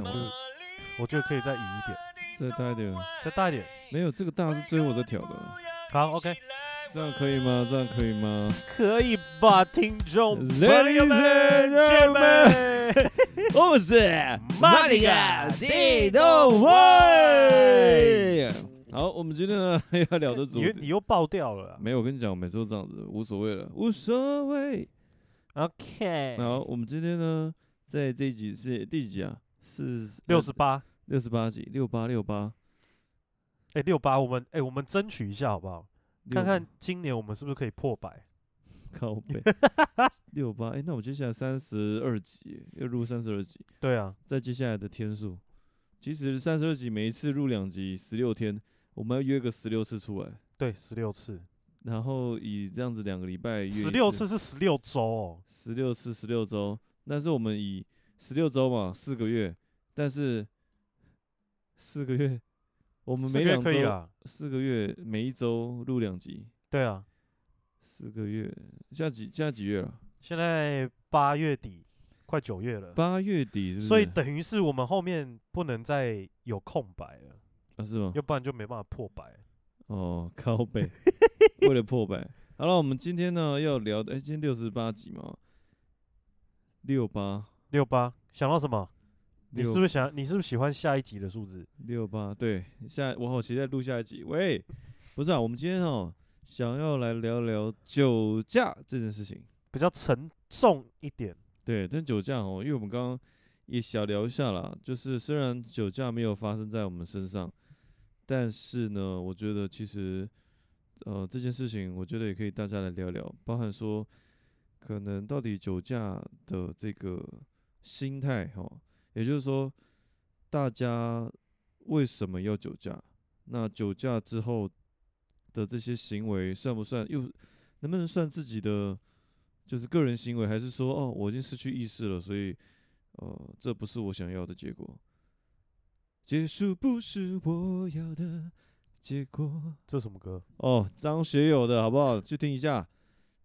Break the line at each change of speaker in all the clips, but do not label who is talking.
我
就
我觉得可以再移一点，
再大一点，
再大一点。
没有这个大是最后我在调的，
好，OK，
这样可以吗？这样可以吗？
可以吧，听众
朋友们
gentlemen
我是啊
马里亚啊地动会。
好，我们今天呢要聊的主
你又你
题，
又爆掉了啊
没有，我跟你讲，我每次都这样子，无所谓了，无所谓。
，OK，
好，我们今天呢，在这一集是第几集啊？是
六十八，
六十八集，六八六八，
哎，六八，我们哎，我们争取一下好不好？看看今年我们是不是可以破百？
靠背六八。哎，那我接下来三十二集要录三十二集，
对啊，
在接下来的天数，其实三十二集每一次录两集，十六天，我们要约个十六次出来，
对，十六次，
然后以这样子两个礼拜约一
十六次，是十六周哦，
十六次，十六周，但是我们以十六周嘛，四个月，但是四个月，我们
四
每
个月
两
可以啊
周
啦。
四个月每一周录两集，
对啊，
四个月，现在几现在几月了？
现在八月底，快九月了，
八月底是不是？
所以等于是我们后面不能再有空白了，
啊是吗？
要不然就没办法破百。
哦，靠背，为了破百。好了，我们今天呢要聊的，哎、今天六十八集嘛，六八
六八，想到什么？你
六
是不是想？你是不是喜欢下一集的数字？
六八，对，下我好期待录下一集。喂，不是啊，我们今天哦想要来聊聊酒驾这件事情。
比较沉重一点。
对，但酒驾哦，因为我们刚刚也小聊一下啦，就是虽然酒驾没有发生在我们身上，但是呢，我觉得其实呃这件事情，我觉得也可以大家来聊聊，包含说可能到底酒驾的这个心态哈、哦，也就是说大家为什么要酒驾？那酒驾之后的这些行为算不算又能不能算自己的？就是个人行为，还是说哦，我已经失去意识了，所以呃，这不是我想要的结果。结束不是我要的结果。
这什么歌？
哦，张学友的好不好？去听一下。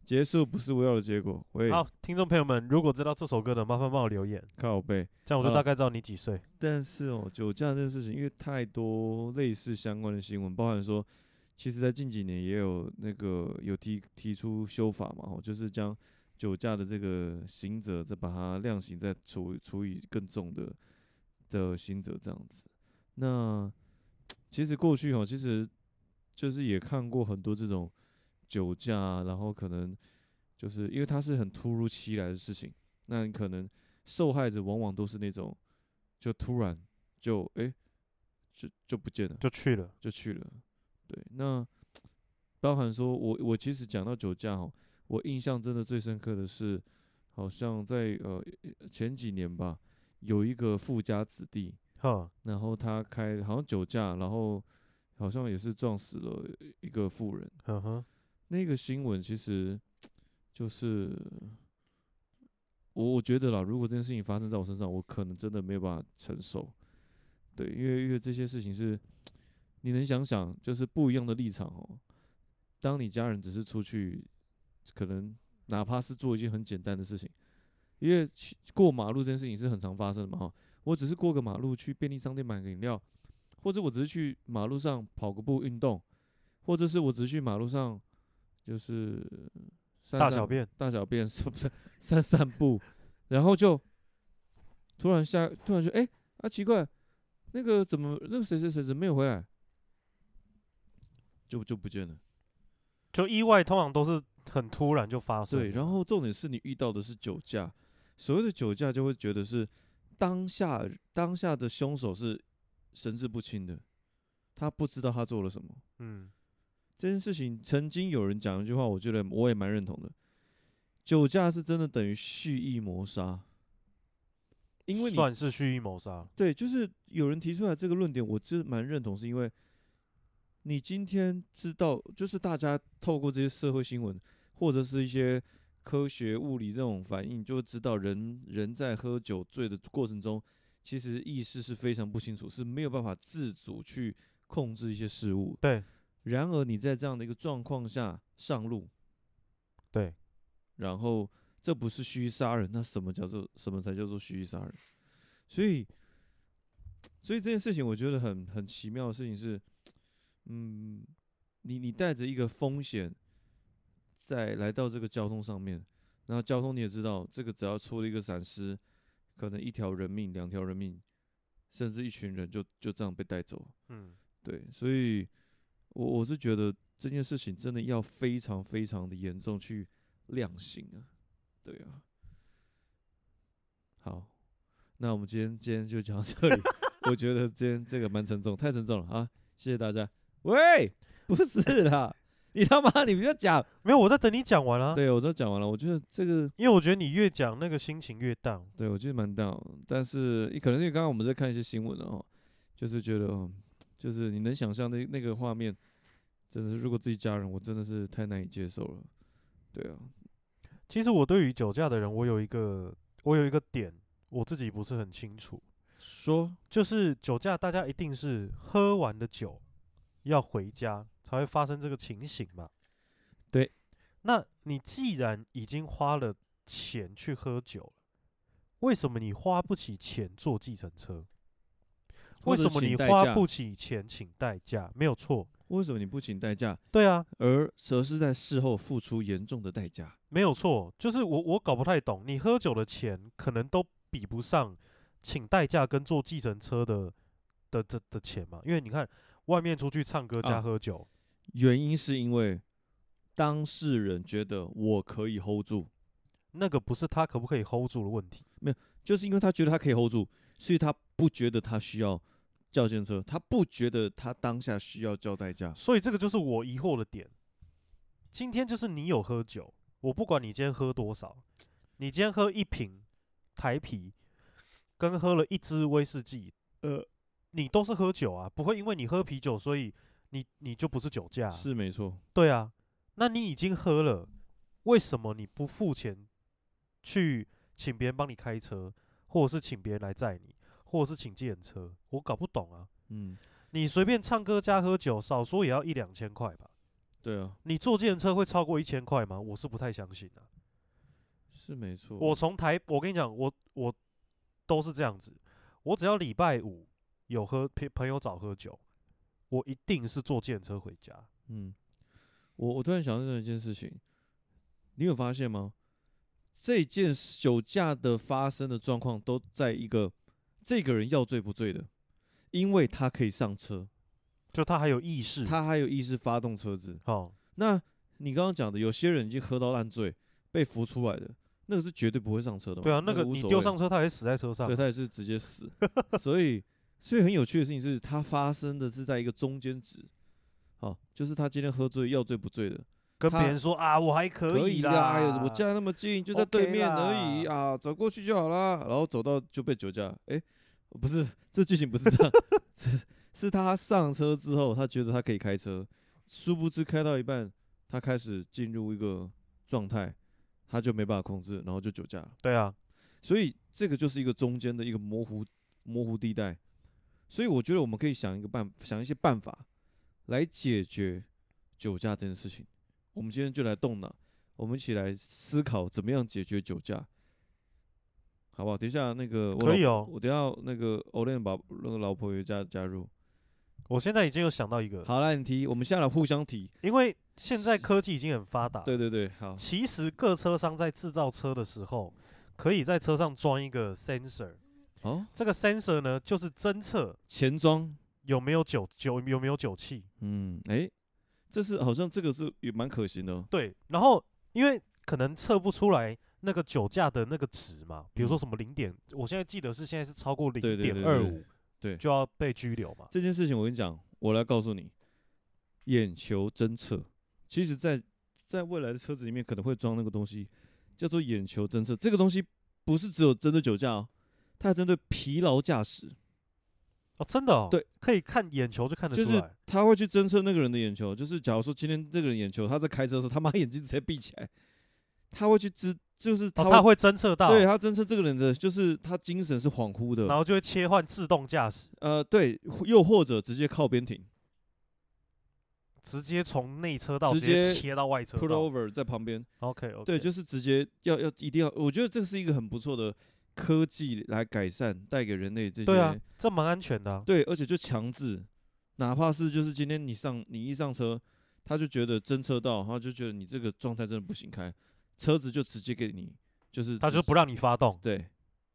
结束不是我要的结果。喂，
好，听众朋友们，如果知道这首歌的，麻烦帮我留言，
靠背。
这样我就
好
大概知道你几岁。
但是哦，酒驾这件事情，因为太多类似相关的新闻，包含说，其实在近几年也有那个有提提出修法嘛，哦，就是将酒驾的这个刑责再把它量刑，再处处以更重的的刑责这样子。那其实过去哦，其实就是也看过很多这种酒驾，啊然后可能就是因为它是很突如其来的事情，那你可能受害者往往都是那种就突然就诶，就就不见了，
就去了，
就去了。对，那包含说我我其实讲到酒驾哦，我印象真的最深刻的是，好像在呃前几年吧，有一个富家子弟，
哼，
然后他开好像酒驾，然后好像也是撞死了一个富人。
哼哼，
那个新闻其实就是我我觉得啦，如果这件事情发生在我身上，我可能真的没有办法承受。对，因为因为这些事情是你能想想，就是不一样的立场哦。当你家人只是出去，可能哪怕是做一件很简单的事情，因为去过马路这件事情是很常发生的嘛哈。我只是过个马路，去便利商店买个饮料，或者我只是去马路上跑个步运动，或者是我只是去马路上就是散
大
散
小便，
大小便是不是散散步， 然后就突然下突然就哎、啊奇怪，那个怎么那个谁谁谁怎么没有回来，就就不见了。
就意外通常都是很突然就发生的。
对，然后重点是你遇到的是酒驾，所谓的酒驾就会觉得是当下当下的凶手是神志不清的，他不知道他做了什么。
嗯，
这件事情曾经有人讲一句话，我觉得我也蛮认同的：酒驾是真的等于蓄意谋杀，因为你
算是蓄意谋杀，
对，就是有人提出来这个论点，我是蛮认同，是因为你今天知道，就是大家透过这些社会新闻或者是一些科学物理这种反应，就会知道人人在喝酒醉的过程中，其实意识是非常不清楚，是没有办法自主去控制一些事物。
对
然而你在这样的一个状况下上路，
对，
然后这不是蓄意杀人，那什么叫做什么才叫做蓄意杀人？所以所以这件事情我觉得很很奇妙的事情是，嗯，你你带着一个风险，再来到这个交通上面，然后交通你也知道，这个只要出了一个闪失，可能一条人命、两条人命，甚至一群人就就这样被带走。
嗯，
对，所以我我是觉得这件事情真的要非常非常的严重去量刑啊，对啊。好，那我们今天今天就讲到这里，我觉得今天这个蛮沉重，太沉重了啊！谢谢大家。喂，不是啦，你他妈你不要讲，
没有，我在等你讲完啊。
对我都讲完了，我觉得这个
因为我觉得你越讲那个心情越荡。
对，我觉得蛮 down，但是也可能是因为刚刚我们在看一些新闻哦，就是觉得，哦，就是你能想象那那个画面，真的是如果自己家人，我真的是太难以接受了。对啊，
其实我对于酒驾的人，我有一个我有一个点，我自己不是很清楚，
说
就是酒驾，大家一定是喝完的酒要回家才会发生这个情形嘛。
对，
那你既然已经花了钱去喝酒了，为什么你花不起钱坐计程车？
或
为
者
什么
请
你
代
花
驾
不起钱请代驾？没有错，
为什么你不请代驾，
对啊，
而则是在事后付出严重的代价？
没有错，就是我我搞不太懂，你喝酒的钱可能都比不上请代驾跟坐计程车的的的的钱嘛，因为你看外面出去唱歌加
啊
喝酒，
原因是因为当事人觉得我可以 hold 住，
那个不是他可不可以 hold 住的问题，
就是因为他觉得他可以 hold 住，所以他不觉得他需要叫建车，他不觉得他当下需要叫代驾。
所以这个就是我疑惑的点。今天就是你有喝酒，我不管你今天喝多少，你今天喝一瓶台啤，跟喝了一支威士忌，
呃，
你都是喝酒啊，不会因为你喝啤酒，所以你你就不是酒驾啊、
是没错。
对啊，那你已经喝了，为什么你不付钱去请别人帮你开车，或者是请别人来载你，或者是请计程车？我搞不懂啊！
嗯，
你随便唱歌加喝酒，少说也要一两千块吧？
对啊，
你坐计程车会超过一千块吗？我是不太相信啊。
是没错。
我从台，我跟你讲，我我都是这样子，我只要礼拜五有喝朋朋友找喝酒，我一定是坐计程车回家。
嗯，我我突然想到一件事情，你有发现吗？这件事酒驾的发生的状况都在一个这个人要醉不醉的，因为他可以上车，
就他还有意识，
他还有意识发动车子。
哦，
那你刚刚讲的，有些人已经喝到烂醉被扶出来的，那个是绝对不会上车的嘛。
对啊，
那
那个
无
你
所
丢
谓
上车，他也死在车上
对。他也是直接死。 所以，所以很有趣的事情是，他发生的是在一个中间值，好，就是他今天喝醉、要醉不醉的，
跟
他
别人说啊，我还可
可
以
啦，有我家那么近，就在
OK
对面而已
啦
啊，走过去就好啦。然后走到就被酒驾，诶，不是，这剧情不是这样， 是是他上车之后，他觉得他可以开车，殊不知开到一半，他开始进入一个状态，他就没办法控制，然后就酒驾了。
对啊，
所以这个就是一个中间的一个模糊模糊地带。所以我觉得我们可以想一个办，想一些办法来解决酒驾这件事情。我们今天就来动脑，我们一起来思考怎么样解决酒驾，好不好？等一下那个我
可以
老
哦。
我等一下那个欧练把那个老婆也加加入。
我现在已经有想到一个，
好啦，你提，我们下来互相提。
因为现在科技已经很发达。
对，对对，好，
其实各车商在制造车的时候，可以在车上装一个 sensor，
哦，
这个 sensor 呢，就是侦测
钱庄，
有没有酒酒有没有酒气。
嗯，诶，这是好像这个是也蛮可行的哦，
对，然后因为可能测不出来那个酒驾的那个值嘛，比如说
嗯
什么零点，我现在记得是现在是超过
对
零
对
点
对
二
对
五，
对
就要被拘留嘛。
这件事情，我跟你讲，我来告诉你，眼球侦测，其实在在未来的车子里面可能会装那个东西，叫做眼球侦测。这个东西不是只有针对酒驾哦，它还针对疲劳驾驶，
哦，真的、哦，
对，
可以看眼球就看得
就
出
是
来。
它会去侦测那个人的眼球。就是假如说今天这个人眼球，他在开车的时候，他妈眼睛直接闭起来，他会去知，就是他
哦，
会，
它会侦测到，
对，他侦测这个人的，就是他精神是恍惚
然
的，
后就会切换自动驾驶，
呃，对，又或者直接靠边停
直接从内车道
直
直
接
接切到外车
，put
道。
over 在旁边。
OK OK，
对，就是直接要要一定要，我觉得这是一个很不错的科技来改善，带给人类这些
对啊，这蛮安全的、啊。
对，而且就强制，哪怕是就是今天你上你一上车，他就觉得侦测到，他就觉得你这个状态真的不行开，车子就直接给你就是
他
直
就不让你发动。
对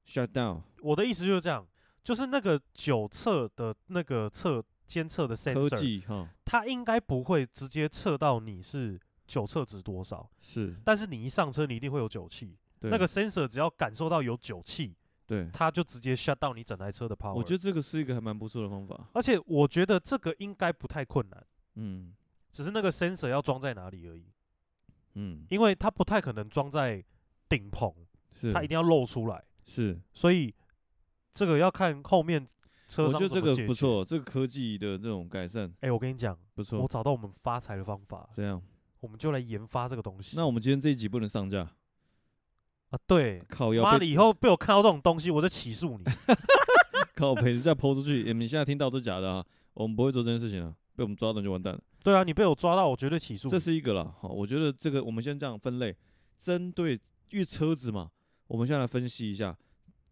shut down
我的意思就是这样，就是那个酒测的那个测监测的
科
sensor，
技哈
它应该不会直接测到你是酒测值多少，
是
但是你一上车，你一定会有酒气。
对
那个 sensor 只要感受到有酒气，
对，
它就直接 shut down 你整台车的 power。
我觉
得，
得这个是一个还蛮不错的方法，
而且我觉得这个应该不太困难，
嗯
只是那个 sensor 要装在哪里而已，
嗯
因为它不太可能装在顶棚，
是
它一定要露出来，
是，
所以这个要看后面车
我
商
觉得
怎
这
么
个
解
不
决。
错，这个科技的这种改善
哎、我跟你讲，
不错
我，找到我们发财的方法，
这样，
我们就来研发这个东西。
那我们今天这一集不能上架，
啊，对，
靠
妈
要
的，
被
以后被我看到这种东西，我就起诉你。
靠陪再抛出去，你们现在听到都是假的啊，我们不会做这件事情啊，被我们抓到你就完蛋了。
对啊，你被我抓到，我绝对起诉你。
这是一个了。好，我觉得这个我们先这样分类，针对因为车子嘛，我们先来分析一下，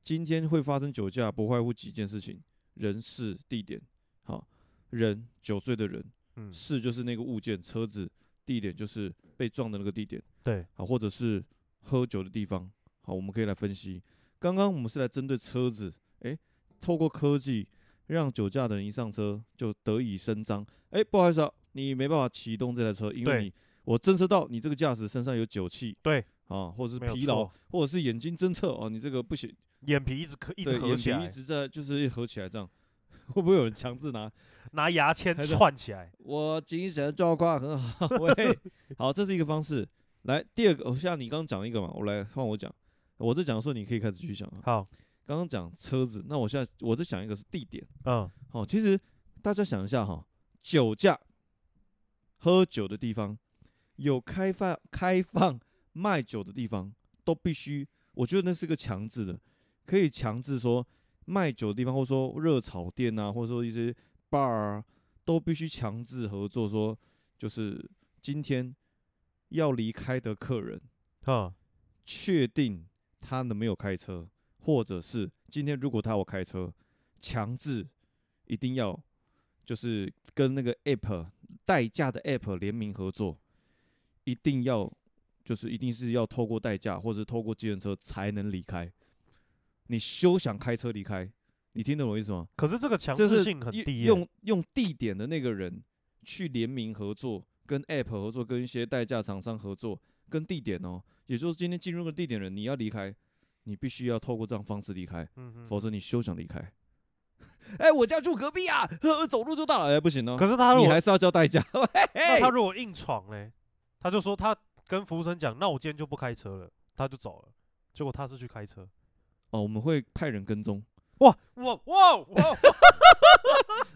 今天会发生酒驾，不外乎几件事情：人、事、地点。好，人酒醉的人，
嗯，
事就是那个物件，车子；地点就是被撞的那个地点，
对，
好，或者是喝酒的地方。好，我们可以来分析。刚刚我们是来针对车子，诶，透过科技让酒驾的人一上车就得以伸张。诶，不好意思啊，你没办法启动这台车，因为
对
你我侦测到你这个驾驶身上有酒气，
对，
啊，或者是
嗯没有
疲劳
错，，
或者是眼睛侦测哦，你这个不行，
眼皮一直磕，一
对
直合
眼
起
皮
来
一，直在就是合起来这样， 会不会有人强制拿？
拿牙签
还是
串起来。
我精神状况很好，喂，好，这是一个方式。来，第二个，哦、像你刚刚讲一个嘛，我来换我讲。我在讲的时候，你可以开始去想啊。
好，
刚刚讲车子，那我现在我在想一个是地点。
嗯，
好、哦其实大家想一下哈、酒驾、喝酒的地方，有开放开放卖酒的地方，都必须，我觉得那是个强制的，可以强制说卖酒的地方，或者说热炒店啊，或者说一些 bar 啊，都必须强制合作说，就是今天要离开的客人，
嗯，
确定他能没有开车，或者是今天如果他有开车，强制一定要就是跟那个 app 代驾的 app 联名合作，一定要就是一定是要透过代驾或者是透过计程车才能离开。你休想开车离开，你听懂我意思吗？
可是这个强
这
制
是
性很
用
低欸耶、
用用地点的那个人去联名合作，跟 App 合作，跟一些代驾厂商合作，跟地点哦，也就是今天进入个地点人，你要离开，你必须要透过这样方式离开，
嗯哼
否则你休想离开。 哎、我家住隔壁啊，呵走路就到了。哎、不行哦，
可是他如
你
果
还是要叫代驾。
那他如果硬闯嘞，他就说他跟服务生讲，那我今天就不开车了，他就走了。结果他是去开车，
哦，我们会派人跟踪。
哇哇哇哇！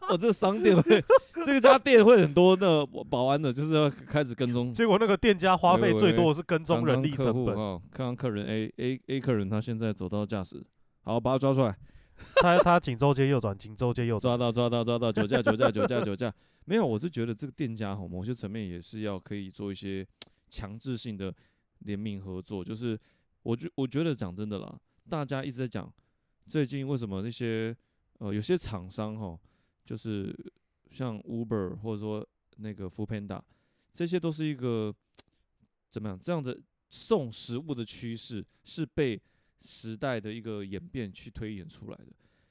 哦，这个商店 会，这个家店会很多的保安的，就是要开始跟踪
结果那个店家花
喂
费
喂
最
喂
多的是跟
刚
踪人
刚
力
客户
成本，
哦，刚刚客人 A A A 客人他现在走到驾驶，好，把他抓出来，
他他锦州街右转，锦州街右转，
抓到抓到抓到，酒驾酒驾酒驾酒驾，没有，我是觉得这个店家哈，某些层面也是要可以做一些强制性的联名合作，就是我觉我觉得讲真的啦，大家一直在讲最近为什么那些呃有些厂商哈，就是像 Uber 或者说那个 f o o Panda，这些都是一个怎么样这样的送食物的趋势是被时代的一个演变去推演出来的。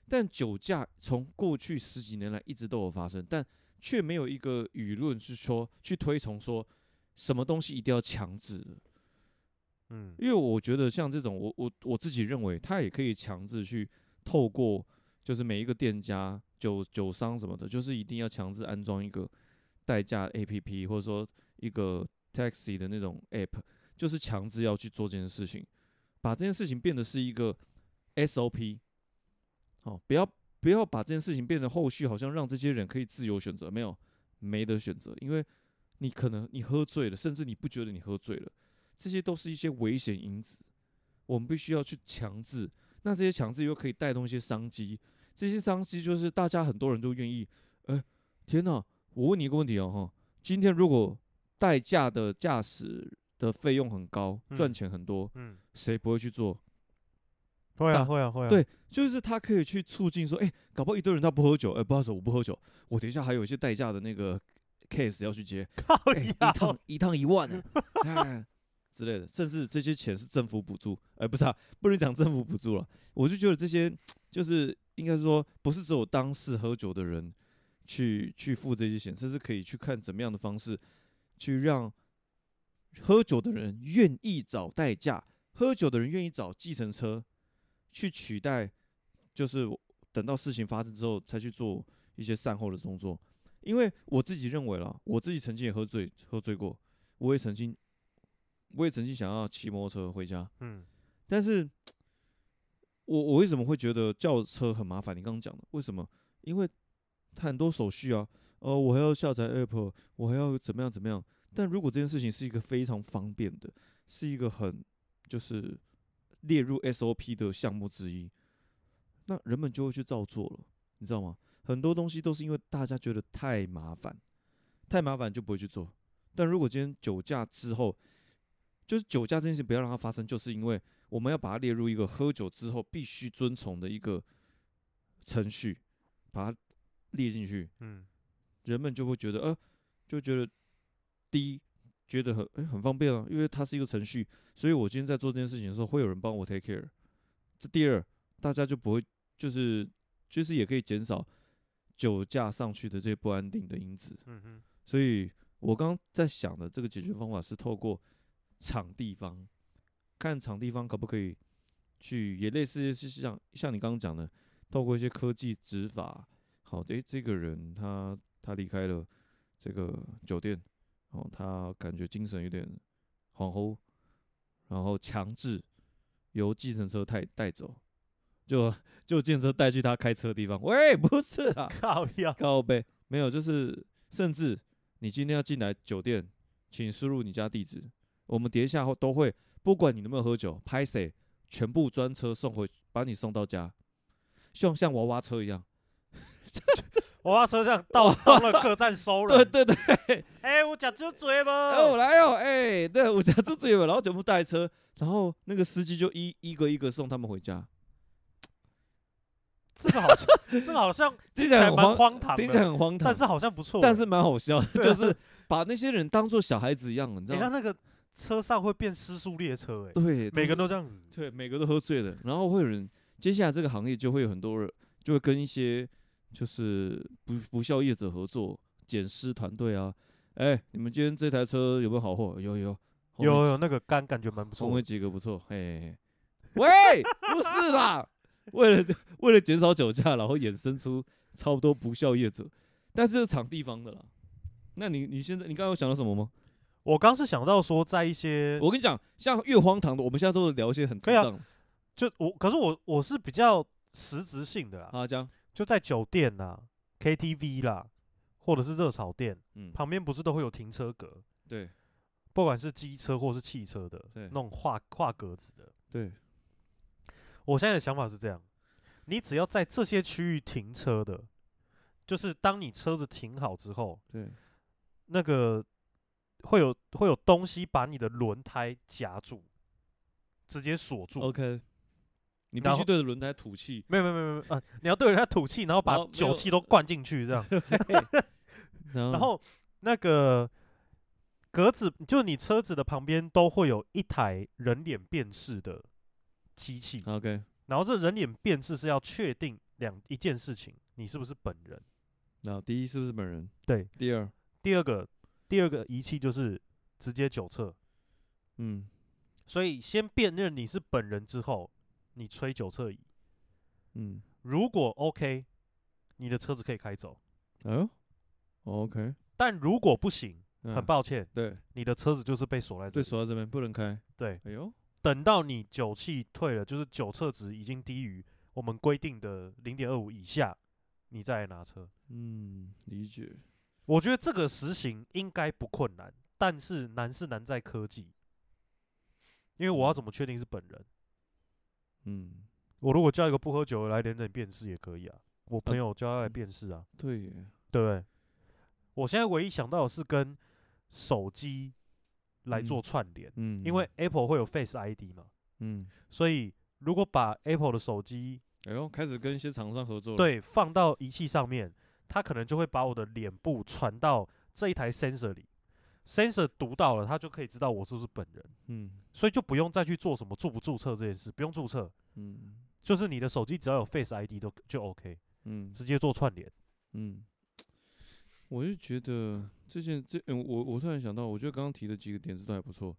但酒驾从过去十几年来一直都有发生，但却没有一个舆论是说去推崇说什么东西一定要强制的。
嗯，
因为我觉得像这种，我我我自己认为，他也可以强制去透过就是每一个店家、酒酒商什么的，就是一定要强制安装一个代驾 APP，或者说一个 taxi 的那种 app，就是强制要去做这件事情，把这件事情变得是一个 SOP，哦，不要不要把这件事情变得后续好像让这些人可以自由选择，没有没得选择，因为你可能你喝醉了，甚至你不觉得你喝醉了。这些都是一些危险因子，我们必须要去强制。那这些强制又可以带动一些商机，这些商机就是大家很多人都愿意。哎，天哪！我问你一个问题哦，哈，今天如果代驾的驾驶的费用很高，
嗯
赚钱很多，
嗯，
谁不会去做？
会啊
大
会啊会啊，
对就是他可以去促进说，哎、搞不好一堆人他不喝酒，哎、不好意思，我不喝酒，我等一下还有一些代驾的那个 case 要去接，
靠腰
哎、一趟一趟一万呢、哎之类的，甚至这些钱是政府补助，哎、不是啊，不能讲政府补助了，我就觉得这些就是应该是说，不是只有当事喝酒的人去去付这些钱，甚至可以去看怎么样的方式去让喝酒的人愿意找代驾，喝酒的人愿意找计程车去取代，就是等到事情发生之后才去做一些善后的动作。因为我自己认为啦，我自己曾经也喝醉喝醉过，我也曾经，我也曾经想要骑摩托车回家，
嗯，
但是我我为什么会觉得叫车很麻烦？你刚刚讲的，为什么？因为它很多手续啊，呃，我还要下载 app，我还要怎么样怎么样。但如果这件事情是一个非常方便的，是一个很就是列入 SOP 的项目之一，那人们就会去照做了，你知道吗？很多东西都是因为大家觉得太麻烦，太麻烦就不会去做。但如果今天酒驾之后，就是酒驾这件事不要让它发生，就是因为我们要把它列入一个喝酒之后必须遵从的一个程序，把它列进去，
嗯，
人们就会觉得，呃，就觉得第一觉得很、诶很方便啊，因为它是一个程序，所以我今天在做这件事情的时候，会有人帮我 take care。这第二，大家就不会就是就是也可以减少酒驾上去的这些不安定的因子。
嗯哼，
所以我刚刚在想的这个解决方法是透过场地方，看场地方可不可以去，也类似是像像你刚刚讲的，透过一些科技执法，好，诶，这个人他他离开了这个酒店，哦，他感觉精神有点恍惚，然后强制由计程车带带走。就就计程车带去他开车的地方，喂，不是啊，
靠腰，
靠背，没有，就是甚至你今天要进来酒店，请输入你家地址，我们叠下后都会，不管你有没有喝酒，拍谁，全部专车送回，把你送到家，像像娃娃车一样。
我把车上到到了各站收
对
人，
对对，
哎，我讲就嘴吧，
哦来哦，哎，对我家这只有，然后全部带车，然后那个司机就一一个一个送他们回家，
这个好像这个好像
听起来
才
很
蛮
荒，
荒唐
听起来
的，
很荒唐，
但是好像不错，
但是蛮好笑的，
对
就
啊
是把那些人当做小孩子一样，你知
你
道
看
吗？
那个车上会变失速列车，哎，
对，
每个
都
人都
是
这样，嗯
对，每个都喝醉了，然后会有人，接下来这个行业就会有很多人，就会跟一些就是不不孝业者合作，捡尸团队啊，哎、你们今天这台车有没有好货？有有后面
有有那个杆感觉蛮不
后
错
面
的，
几个不错，嘿嘿嘿喂，不是啦，为了为了减少酒驾，然后衍生出差不多不孝业者，但是场地方的啦。那你你现在你刚刚有想到什么吗？
我刚是想到说在一些
我跟你讲，像越荒唐的，我们现在都是聊一些很智
可以啊
障的
就我，可是我我是比较实质性的啦，
啊，这样，
就在酒店啊啦、KTV 啦，或者是热炒店
嗯，
旁边不是都会有停车格，
对
不管是机车或是汽车的，
对
那种跨跨格子的。
对，
我现在的想法是这样：你只要在这些区域停车的，就是当你车子停好之后，
对，
那个会有会有东西把你的轮胎夹住，直接锁住。
OK，你必
然
须
后，
对着轮胎吐气
没有没有没有没有，呃，你要对着它吐气，然后把
哦然后没有嗯
酒气都灌进去，这样。
然
然后那个格子，就你车子的旁边都会有一台人脸辨识的机器，
OK，
然后这人脸辨识是要确定两一件事情，你是不是本人。
然后第一是不是本人？
对，
第二，
第二个，第二个仪器就是直接酒测，
嗯，
所以先辨认你是本人之后，你吹酒测仪，
嗯，
如果 OK，你的车子可以开走；
哎呦，OK，哦
但如果不行，很
嗯，
抱歉，
对，
你的车子就是被锁在这
被
里。
锁在这边不能开，
对，
哎呦，
等到你酒气退了，就是酒测值已经低于我们规定的零点二五以下，你再来拿车。
嗯，理解，
我觉得这个实行应该不困难，但是难是难在科技，因为我要怎么确定是本人？
嗯，
我如果叫一个不喝酒的来连人辨识也可以啊，我朋友叫他
嗯
来辨识啊，
对耶，
对不对？我现在唯一想到的是跟手机来
嗯
做串联，
嗯，
因为 Apple 会有 Face ID 嘛，
嗯，
所以如果把 Apple 的手机
哎呦，开始跟一些厂商合作了。，
对放到仪器上面，它可能就会把我的脸部传到这一台 sensor 里，sensor 读到了，它就可以知道我是不是本人，
嗯
所以就不用再去做什么注不注册这件事，不用注册，
嗯
就是你的手机只要有 Face ID 都就 OK，
嗯
直接做串联。
嗯，我就觉得这件这，嗯我我突然想到，我觉得刚刚提的几个点子都还不错，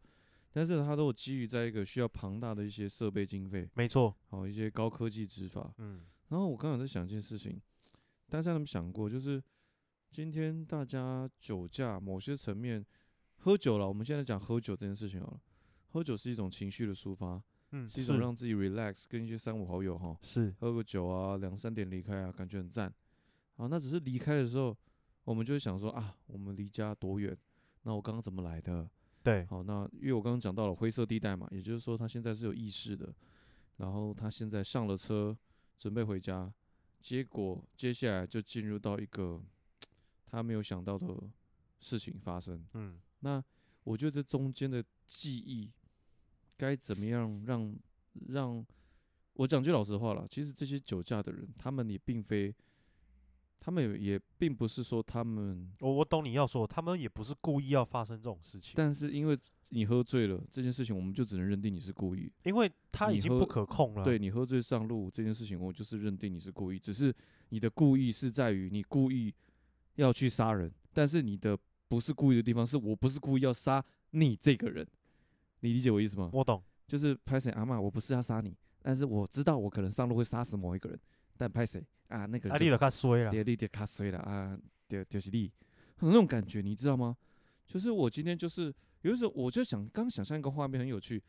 但是它都基于在一个需要庞大的一些设备经费，
没错，
好一些高科技执法。
嗯，
然后我刚刚有在想一件事情，大家有没有想过，就是今天大家酒驾某些层面喝酒了，我们现在讲喝酒这件事情好了，喝酒是一种情绪的抒发，
嗯，
是一种让自己 relax，跟一些三五好友哈
是
喝个酒啊，两三点离开啊，感觉很赞。啊，那只是离开的时候，我们就会想说啊，我们离家多远？那我刚刚怎么来的？
对，
好，那因为我刚刚讲到了灰色地带嘛，也就是说他现在是有意识的，然后他现在上了车，准备回家，结果接下来就进入到一个他没有想到的事情发生。
嗯，
那我觉得这中间的记忆该怎么样让让我讲句老实话了，其实这些酒驾的人，他们也并非，他们也也并不是说他们，
我我懂你要说，他们也不是故意要发生这种事情，
但是因为你喝醉了这件事情，我们就只能认定你是故意。
因为他已
你
经
喝
不可控了。啊
对，你喝醉上路这件事情，我就是认定你是故意，只是你的故意是在于你故意要去杀人，但是你的不是故意的地方是我不是故意要杀你这个人，你理解我意思吗？
我懂，
就是拍谁阿嬷，我不是要杀你，但是我知道我可能上路会杀死某一个人，但拍谁啊，那个
阿
人、
力
就是
的他衰了。
对你就卡碎了啊，对，就是你，那种感觉你知道吗？就是我今天就是有的时候我就想刚想象一个画面很有趣，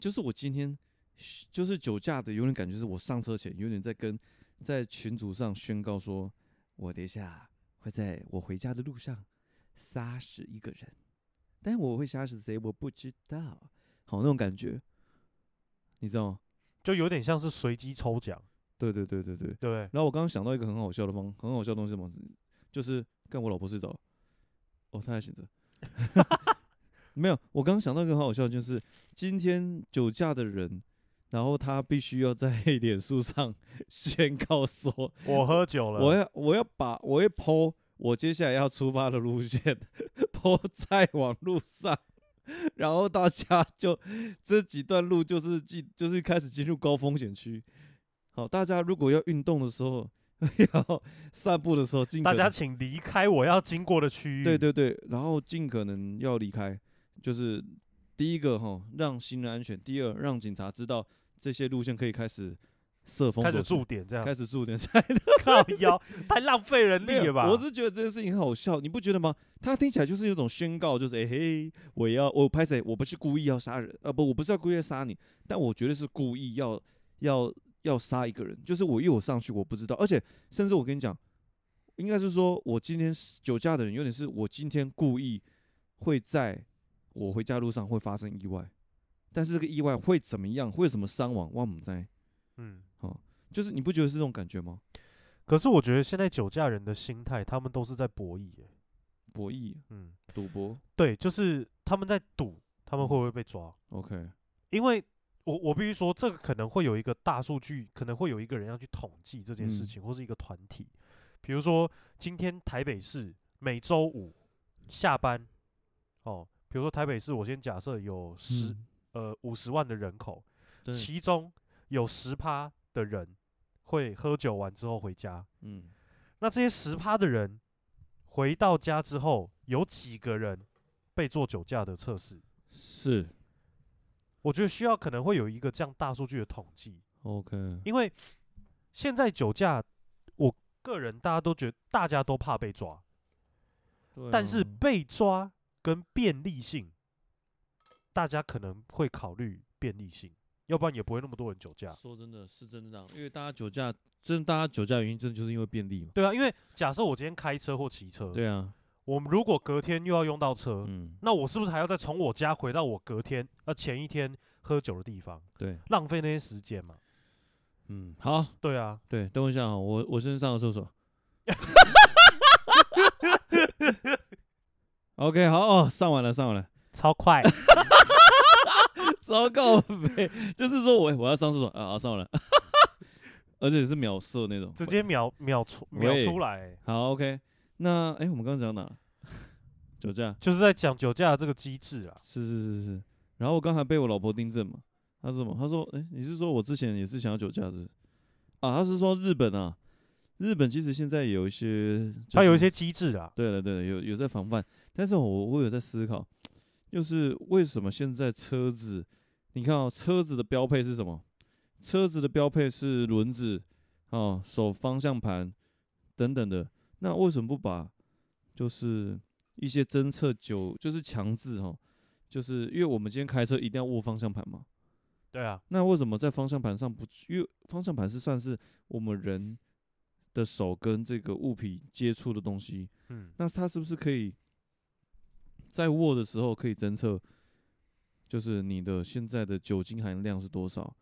就是我今天嘘就是酒驾的，有点感觉是我上车前有点在跟在群组上宣告说，我等一下会在我回家的路上杀死一个人，但我会杀死谁我不知道，好那种感觉，你知道吗？
就有点像是随机抽奖，
对对对对对，
对不对？
然后我刚刚想到一个很好笑的方，很好笑的东西是什么？就是干我老婆睡着，哦，她还醒着。 没有，我刚刚想到一个很好笑的，就是今天酒驾的人，然后他必须要在脸书上 宣告说，
我喝酒了，
我要我要把我会剖我接下来要出发的路线 剖在网路上，然后大家就这几段路就是进就是开始进入高风险区。好，大家如果要运动的时候， 要散步的时候，尽可
大
能
家请离开我要经过的区域。
对，对对，然后尽可能要离开，就是第一个哈，让行人安全；第二，让警察知道这些路线可以开始设封锁
开
区，
始驻点这样，
开始驻 点。
靠腰，太浪费人
没
力了
有
吧？
我是觉得这件事情很好笑，你不觉得吗？他听起来就是有种宣告，就是哎、嘿，我要我拍谁？我不是故意要杀人，呃不，我不是要故意要杀你，但我绝对是故意要要要杀一个人，就是我因为我上去我不知道，而且甚至我跟你讲，应该是说我今天是酒驾的人有点是我今天故意会在我回家路上会发生意外，但是这个意外会怎么样，会有什么伤亡，我们在
嗯，
哦，就是你不觉得是这种感觉吗？
可是我觉得现在酒驾人的心态，他们都是在博弈、欸，
博弈、
嗯，
赌博
对，就是他们在赌，他们会不会被抓？
，OK，
因为我我必须说，这个可能会有一个大数据，可能会有一个人要去统计这件事
嗯
情，或是一个团体。比如说，今天台北市每周五下班，哦，比如说台北市，我先假设有十、
嗯
呃五十万的人口，
对
其中有十趴的人会喝酒完之后回家。
嗯
那这些十趴的人回到家之后，有几个人被做酒驾的测试？，
是
我觉得需要可能会有一个这样大数据的统计，
OK，
因为现在酒驾，我个人大家都觉得大家都怕被抓，
对
但是
啊
被抓跟便利性，大家可能会考虑便利性，要不然也不会那么多人酒驾。
说真的是真的这样，因为大家酒驾，真的大家酒驾原因真的就是因为便利嘛。
对啊，因为假设我今天开车或骑车，
对啊，
我们如果隔天又要用到车，
嗯，
那我是不是还要再从我家回到我隔天呃前一天喝酒的地方，
对，
浪费那些时间嘛？
嗯，好，
对啊，
对，等我一下啊，我我先上个厕所。OK，好哦，上完了，上完了，
超快，
超超 告白，就是说我我要上厕所啊，啊上完了， 而且是秒射那种，
直接秒秒 出秒
喂
出来欸、
好 OK。那哎、我们刚刚讲到哪了？ 酒驾，
就是在讲酒驾的这个机制啊。
是是是是。然后我刚才被我老婆订正嘛，她说什么？她说哎、你是说我之前也是想要酒驾是不是？啊，她是说日本啊，日本其实现在有一些，
它有一些机制啊，
对了对了，有有在防范，但是我我有在思考，就是为什么现在车子，你看哦，车子的标配是什么？车子的标配是轮子，哦，手方向盘等等的，那为什么不把就是一些侦测酒，就是强制哈、哦，就是因为我们今天开车一定要握方向盘嘛，
对啊，
那为什么在方向盘上不去？因为方向盘是算是我们人的手跟这个物品接触的东西，
嗯，
那它是不是可以在握的时候可以侦测，就是你的现在的酒精含量是多少？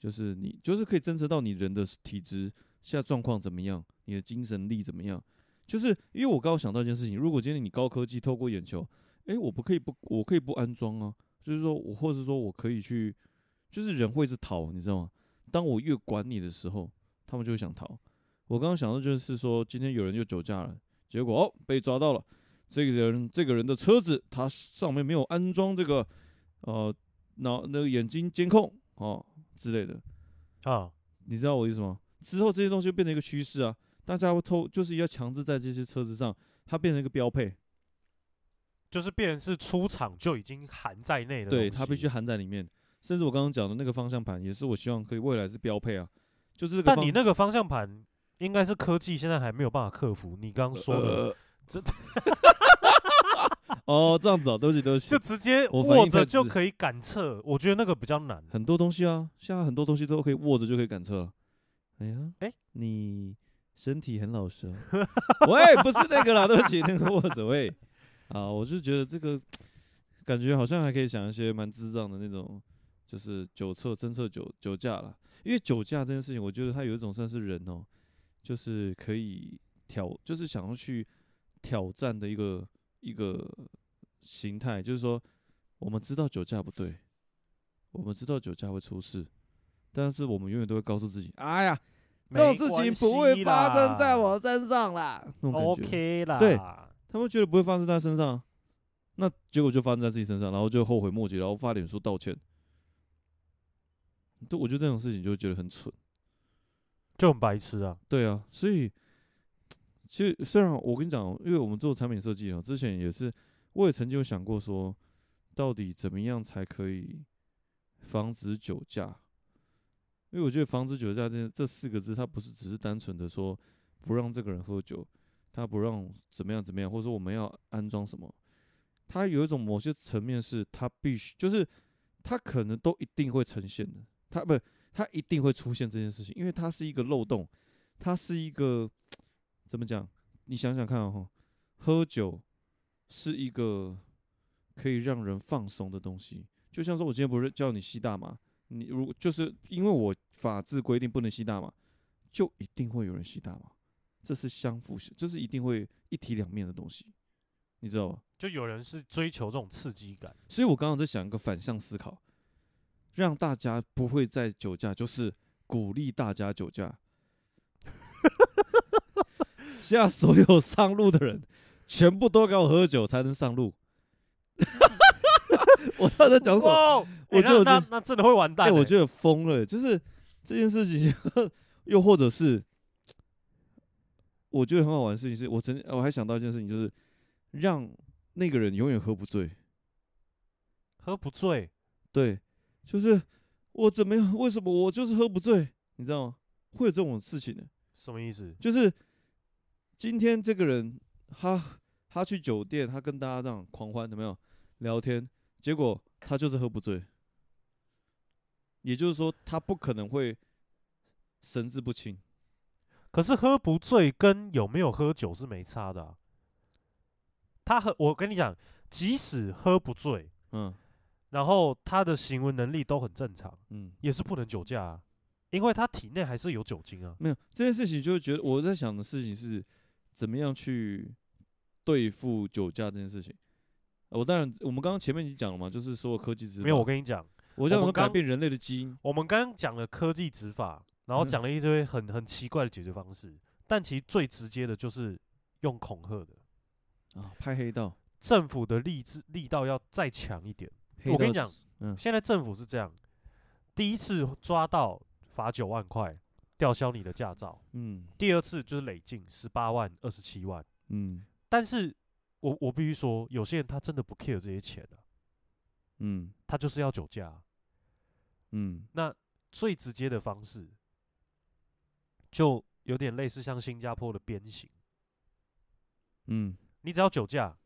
就是你就是可以侦测到你人的体质现在状况怎么样，你的精神力怎么样？就是因为我刚刚想到一件事情，如果今天你高科技透过眼球，诶，我不可以不我可以不安装啊，就是说我或者说我可以去，就是人会是逃，你知道吗？当我越管你的时候，他们就会想逃。我刚刚想到就是说，今天有人就酒驾了，结果哦被抓到了。这个人这个人的车子，他上面没有安装这个呃脑那个眼睛监控哦之类的，
啊，
你知道我意思吗？之后这些东西就变成一个趋势啊，大家会偷就是要强制在这些车子上，它变成一个标配，
就是变成是出厂就已经含在内的东西，
对，它必须含在里面。甚至我刚刚讲的那个方向盘，也是我希望可以未来是标配啊，就是这个
但
方
你那个方向盘应该是科技现在还没有办法克服。你刚刚说
呃
的，
哦这样子哦，对不起对不起，
就直接
我反应
握着
太
就
直
可以感测，我觉得那个比较难。
很多东西啊，现在很多东西都可以握着就可以感测了。哎呀，
哎
你身体很老实哦。喂，不是那个啦，对不起，那个握着喂。啊，我就觉得这个感觉好像还可以想一些蛮智障的那种，就是酒测、侦测酒酒驾啦。因为酒驾这件事情，我觉得它有一种算是人哦，就是可以挑，就是想要去挑战的一个一个形态，就是说我们知道酒驾不对，我们知道酒驾会出事，但是我们永远都会告诉自己，哎呀，这种事情不会发生在我身上啦，那种感觉。
OK 啦，
对他们觉得不会发生在他身上，啊那结果就发生在自己身上，然后就后悔莫及，然后发脸书道歉。对，我觉得这种事情就会觉得很蠢。
就很白痴啊。
对啊，所以其实虽然我跟你讲哦，因为我们做产品设计啊，之前也是，我也曾经有想过说，到底怎么样才可以防止酒驾？因为我觉得防止酒驾这这四个字，它不是只是单纯的说不让这个人喝酒，他不让怎么样怎么样，或者说我们要安装什么，它有一种某些层面是它必须，就是它可能都一定会呈现的，它不，它一定会出现这件事情，因为它是一个漏洞，它是一个怎么讲？你想想看哦，喝酒是一个可以让人放松的东西，就像说我今天不是叫你吸大麻，你如果就是因为我法制规定不能吸大麻，就一定会有人吸大麻，这是相互，这是一定会一体两面的东西，你知道吧？
就有人是追求这种刺激感，
所以我刚刚在想一个反向思考，让大家不会再酒驾，就是鼓励大家酒驾，现在所有上路的人全部都给我喝酒才能上路。我到底在讲什么？
哇
我
欸
觉得
那那
这
那真的会完
哎、
蛋欸。
我觉得疯了，就是这件事情，又或者是我觉得很好玩的事情是，我曾我还想到一件事情，就是让那个人永远喝不醉。
喝不醉，
对，就是我怎么样？为什么我就是喝不醉？你知道吗？会有这种事情的，
什么意思？
就是今天这个人他他去酒店，他跟大家这样狂欢，有没有聊天？结果他就是喝不醉，也就是说他不可能会神志不清。
可是喝不醉跟有没有喝酒是没差的啊、他喝，我跟你讲，即使喝不醉，
嗯
然后他的行为能力都很正常，
嗯，
也是不能酒驾、啊，因为他体内还是有酒精啊。
没有这件事情，就觉得我在想的事情是怎么样去对付酒驾这件事情。呃我当然，我们刚刚前面已经讲了嘛，就是所有科技执法，
没有，我跟你讲，
我想
我
说
们
改
刚
变人类的基因，
我们刚刚讲了科技执法，然后
嗯
讲了一堆很很奇怪的解决方式，但其实最直接的就是用恐吓的，
啊，拍黑道，
政府的力制力道要再强一点。
黑
我跟你
道
讲，
嗯
现在政府是这样，第一次抓到罚九万块，吊销你的驾照；
嗯
第二次就是累进十八万、二十七万。
嗯
但是我我必须说，有些人他真的不 care 这些钱啊，
嗯
他就是要酒驾啊、
嗯
最直接的方式，就有点类似像新加坡的鞭刑。
嗯，
你只要酒驾，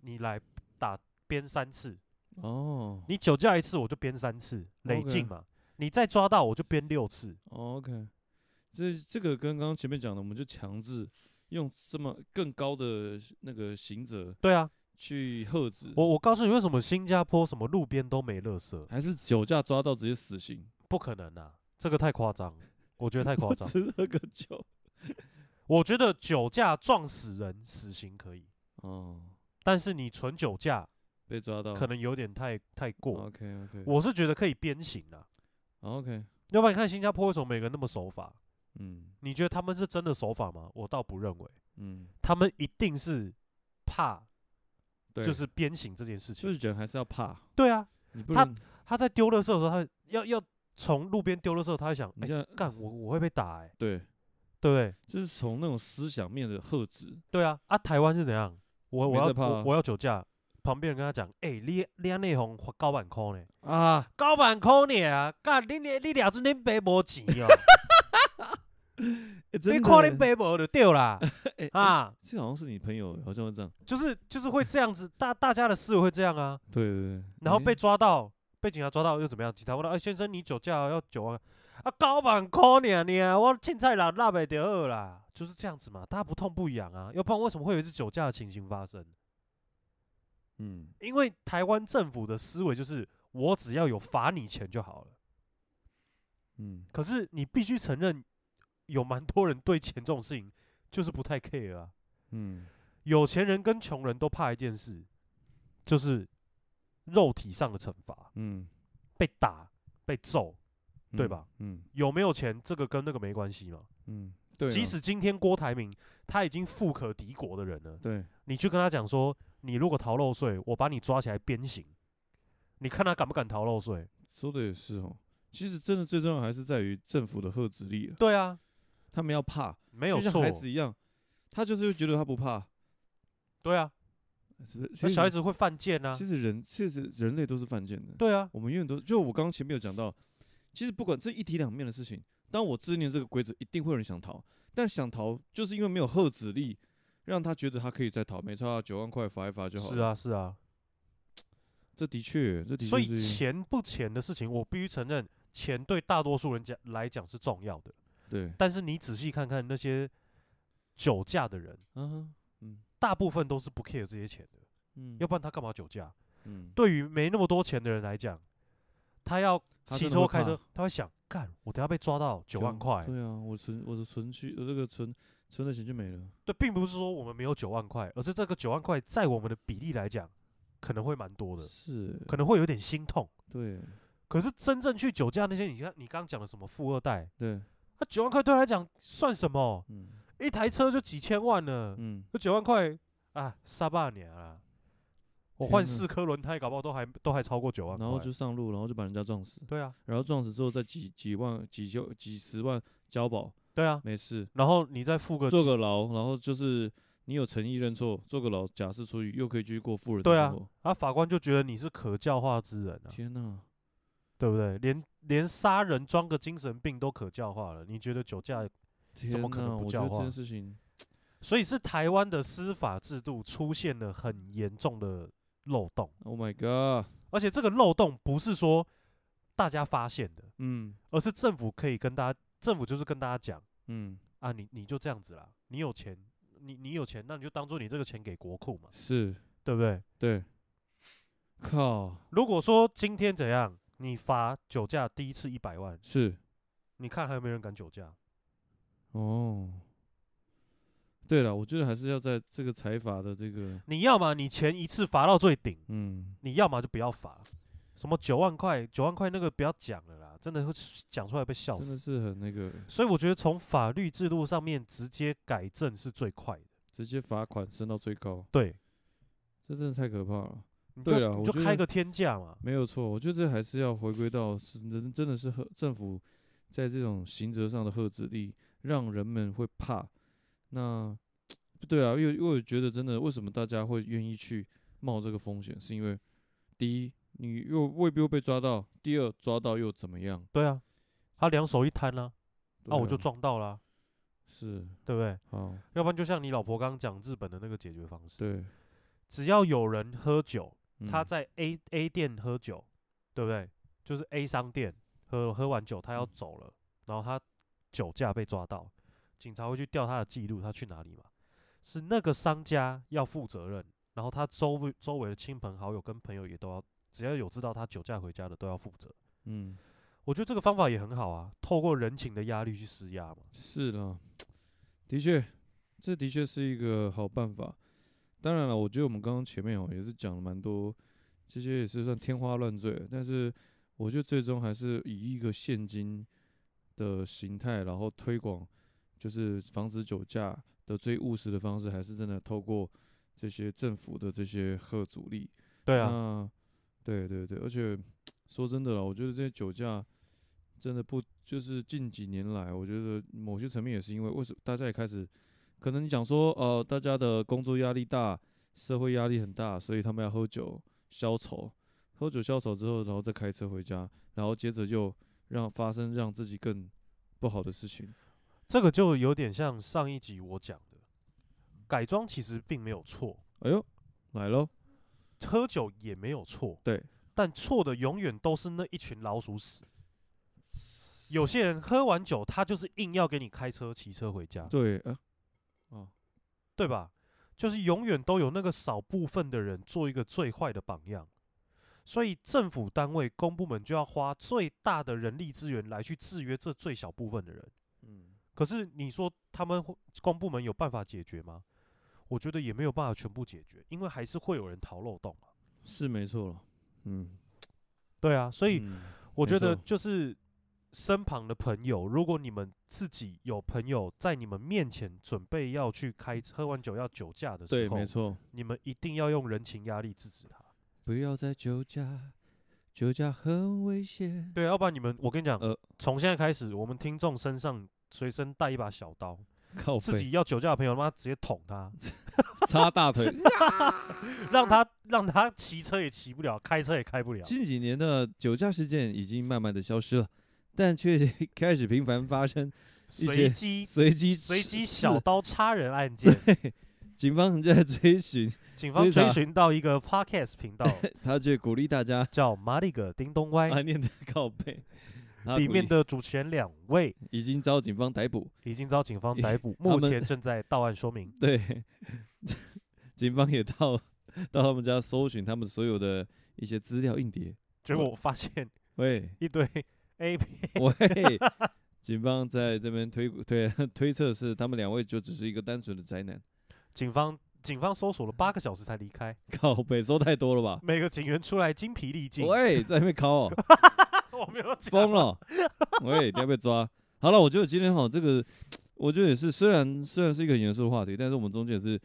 你来打鞭三次，
哦
你酒驾一次我就鞭三次，累
OK
进嘛。你再抓到我就鞭六次，
哦，OK，这这个跟刚刚前面讲的，我们就强制用这么更高的那个刑责
对啊，
去喝止，
我我告诉你，为什么新加坡什么路边都没垃圾？
还是酒驾抓到直接死刑，
不可能啊，这个太夸张了，我觉得太夸
我
张。
只喝个酒，
我觉得酒驾撞死人死刑可以，
哦，
但是你纯酒驾
被抓到，
可能有点太太过。
嗯哦 OK OK，
我是觉得可以鞭刑啊，
OK，
要不然你看新加坡为什么每个人那么守法？
嗯
你觉得他们是真的守法吗？我倒不认为，
嗯，
他们一定是怕
对，
就是鞭刑这件事
就是
情。
人还是要怕，
对啊，
你不
他
能
他在丢垃圾的时候，他要要从路边丢垃圾，他会想，
你
哎、
这样
干我我会被打哎、
对，
对不对？
就是从那种思想面的喝止，
对啊，啊，台湾是怎样？我我
没
要
在怕啊
我我要酒驾，旁边人跟他讲，哎、你你安内红罚九万块呢，
啊，
九万块呢啊，干你你你俩阵恁爸无钱哦、 你
你
看恁爸无就对 啦啊，
这好像是你朋友，好像会这样。
就是就是会这样子，大大家的思维会这样啊，
对对对，
然后被
哎
抓到，被警察抓到又怎么样？警察问他，哎、先生你酒驾啊要九万，啊，九万块呢你啊，我凊彩啦，拉袂着好啦，就是这样子嘛，大家不痛不痒啊，要不然为什么会有一次酒驾的情形发生？
嗯，
因为台湾政府的思维就是我只要有罚你钱就好了。
嗯，
可是你必须承认，有蛮多人对钱这种事情就是不太 care 啊。
嗯，
有钱人跟穷人都怕一件事，就是肉体上的惩罚，
嗯，
被打、被揍，对
嗯
吧？
嗯
有没有钱这个跟那个没关系嘛。
嗯，对啊，
即使今天郭台铭他已经富可敌国的人了，
对，
你去跟他讲说，你如果逃漏税，我把你抓起来鞭刑，你看他敢不敢逃漏税？
说的也是哦。其实真的最重要还是在于政府的喝止力啊，
对啊，
他们要怕，
没有
就像
错，
孩子一样，他就是会觉得他不怕。
对啊，
是不是
那
其
小孩
实
子会犯贱啊
其，实人其实人类都是犯贱的，
对啊，
我们永远都就我刚刚前面有讲到，其实不管这一体两面的事情，当我制定这个规则，一定会有人想逃，但想逃就是因为没有喝止力，让他觉得他可以再逃，没差九万块罚一罚就好了。
是，啊，是啊，
这的确，这的确是，
所以钱不钱的事情，我必须承认，钱对大多数人讲来讲是重要的，
对，
但是你仔细看看那些酒驾的人，
嗯哼嗯
大部分都是不 care 这些钱的，
嗯，
要不然他干嘛酒驾？
嗯，
对于没那么多钱的人来讲，他要
他真
骑
的
车
会
开
怕
车，他会想，干，我等下被抓到九万块，
对啊，我存我的存去，我这个存存的钱就没了，
对，并不是说我们没有九万块，而是这个九万块在我们的比例来讲，可能会蛮多的，
是，
可能会有点心痛。
对
可是真正去酒驾那些，你看你刚讲的什么富二代，
对，
那九万块对他来讲算什么？
嗯
一台车就几千万了，
嗯，
那九万块啊，沙巴年啊，我
天
换
哪
四颗轮胎，搞不好都还都还超过九万块。
然后就上路，然后就把人家撞死，
对啊，
然后撞死之后再几几万几就几十万交保，
对啊，
没事。
然后你再付个
坐
几
个牢，然后就是你有诚意认错，坐个牢，假释出狱，又可以继续过富人的
对啊
生活。
啊，法官就觉得你是可教化之人啊，
天哪，
对不对？连连杀人装个精神病都可教化了，你觉得酒驾？
天
么可能
哪
不
我
教
觉得这
化
件事情
所以是台湾的司法制度出现了很严重的漏洞。
，Oh my god，
而且这个漏洞不是说大家发现的，
嗯
而是政府可以跟大家，政府就是跟大家讲
嗯，
啊，你你就这样子啦，你有钱，你你有钱，那你就当做你这个钱给国库嘛，
是
对不对？
对，靠，
如果说今天怎样，你罚酒驾第一次一百万，
是
你看还有没有人敢酒驾？
哦。对了，我觉得还是要在这个财阀的这个，
你要么你钱一次罚到最顶，
嗯，
你要么就不要罚，什么九万块，九万块那个不要讲了啦，真的会讲出来被笑
真的
死。
是很那个，
所以我觉得从法律制度上面直接改正是最快的。
直接罚款升到最高，
对，
这真的太可怕了。
你
对啦
就你
我
就
觉
开
得
个天价嘛。
没有错，我觉得这还是要回归到是人真的是和政府在这种刑责上的遏制力，让人们会怕。那对啊，因为因为我觉得真的，为什么大家会愿意去冒这个风险，是因为第一，你又未必会被抓到；第二，抓到又怎么样？
对啊，他两手一摊啦、那、
对
哦我就
啊
撞到啦、
是
对不对？
好，
要不然就像你老婆刚刚讲日本的那个解决方式，
对，
只要有人喝酒，他
嗯
在 A、A 店喝酒，对不对？就是 A 商店喝喝完酒，他要
嗯
走了，然后他酒驾被抓到，警察会去调他的记录，他去哪里嘛？是那个商家要负责任，然后他周围周围的亲朋好友跟朋友也都要，只要有知道他酒驾回家的都要负责。
嗯
我觉得这个方法也很好啊，透过人情的压力去施压嘛。
是啦，的确，这的确是一个好办法。当然了，我觉得我们刚刚前面哦也是讲了蛮多，这些也是算天花乱坠，但是我觉得最终还是以一个现金的形态，然后推广，就是防止酒驾的最务实的方式，还是真的透过这些政府的这些贺阻力，
对啊，
那对对对，而且说真的了，我觉得这些酒驾真的不就是近几年来，我觉得某些层面也是因为为什么大家也开始，可能你讲说呃，大家的工作压力大，社会压力很大，所以他们要喝酒消愁，喝酒消愁之后，然后再开车回家，然后接着又让发生让自己更不好的事情。
这个就有点像上一集我讲的，改装其实并没有错，
哎呦，来喽，
喝酒也没有错，
对，
但错的永远都是那一群老鼠屎。有些人喝完酒，他就是硬要给你开车、骑车回家，
对，啊，哦，
对吧？就是永远都有那个少部分的人做一个最坏的榜样，所以政府单位、公部门就要花最大的人力资源来去制约这最小部分的人。
嗯，
可是你说他们会公部门有办法解决吗？我觉得也没有办法全部解决，因为还是会有人逃漏洞啊嘛。
是没错了，嗯，
对啊，所以
嗯
我
没
觉得
错
就是身旁的朋友，如果你们自己有朋友在你们面前准备要去开喝完酒要酒驾的时
对，
候
没，错。
你们一定要用人情压力制止他。
不要再酒驾，酒驾很危险。
对，要不然你们，我跟你讲，
呃
从现在开始，我们听众身上随身带一把小
哦
刀，
靠
自 己要酒驾的朋友，他妈直接捅 他，
插大腿。
让他让他骑车也骑不了，开车也开不了。
近几年的酒驾事件已经慢慢的消失了，但却开始频繁发生一
随
些
机
随机
随
刺
机小
刺
刀插人 案件，
警方正在追寻，
警方
追
追
查
寻到一个 podcast 频 道，
他却鼓励大家
叫马里个叮咚歪，
暗恋的靠背。他
哎 里
鼓
面
励
的主持人两位
已经遭警方逮捕，
已经遭警方
也
逮捕，
他
目
们
前正在到案说明。
对， 警方也到到他们家搜寻他们所有的一些资料硬碟。
结果
我
我发现
喂，
一堆 A 片，
喂，警方在这边推 推推测是他们两位就只是一个单纯的宅男，
警方警方搜索了八个小时才离开，
靠北收太多了吧？
每个警员出来精疲力尽。
喂，在那边考、哦，
我没有讲
疯了！喂，等下被抓。好了，我觉得今天哈这个，我觉得也是，虽然虽然是一个很严肃的话题，但是我们中间也是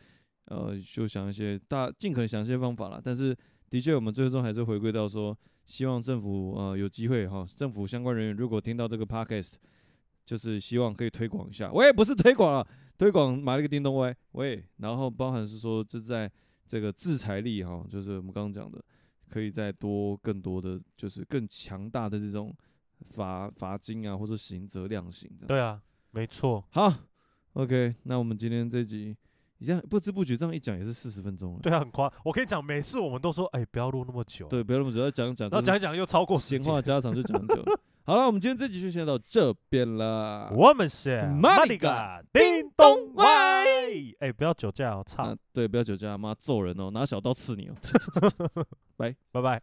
呃，就想一些大尽可能想一些方法啦。但是的确，我们最终还是回归到说，希望政府呃有机会哈，政府相关人员如果听到这个 podcast，就是希望可以推广一下。喂，不是推广啊，推广买了个叮咚歪喂，然后包含是说就在这个制裁力哈，就是我们刚刚讲的，可以再多更多的就是更强大的这种罚罚金啊，或者刑责量刑这样。
对啊，没错，
好，OK，那我们今天这集，你这样不知不觉这样一讲也是四十分钟了。
对啊，很夸。我跟你讲，每次我们都说，哎，不要录那么久，
对，不要那么久，要讲讲，
然后讲一讲又超过时
闲
间
话。家常就讲很久了。好了，我们今天这集就先到这边了。
我们是
马里
嘎
嘎
叮咚
啊咚嗯
歪
歪，
哎，不要酒驾哦，操
啊，，对，不要酒驾，妈揍人哦，拿小刀刺你哦。
拜拜。